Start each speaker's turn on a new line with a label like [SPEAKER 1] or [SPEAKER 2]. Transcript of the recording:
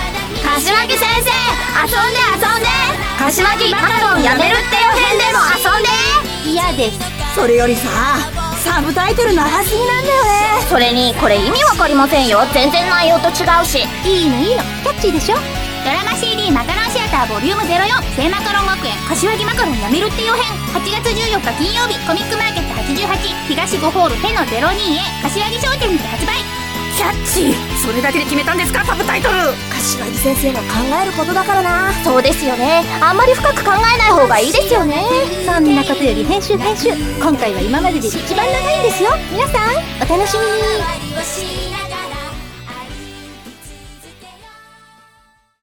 [SPEAKER 1] 柏木先生遊んで遊んで柏木マカロンやめるってよ編でも遊んで嫌です
[SPEAKER 2] それよりさサブタイトル長すぎなんだよね
[SPEAKER 1] それにこれ意味わかりませんよ全然内容と違うし
[SPEAKER 3] いいのいいのキャッチーでしょドラマ CD マカロンシアターボリューム04聖マカロン学園柏木マカロンやめるって予編8月14日金曜日コミックマーケット88東5ホールフェの 02A 柏木商店にて発売
[SPEAKER 4] キャッチーそれだけで決めたんですかサブタイトル
[SPEAKER 2] 柏木先生が考えることだからな
[SPEAKER 1] そうですよねあんまり深く考えない方がいいですよね
[SPEAKER 3] そんなことより編集編集今回は今までで一番長いんですよ皆さんお楽しみに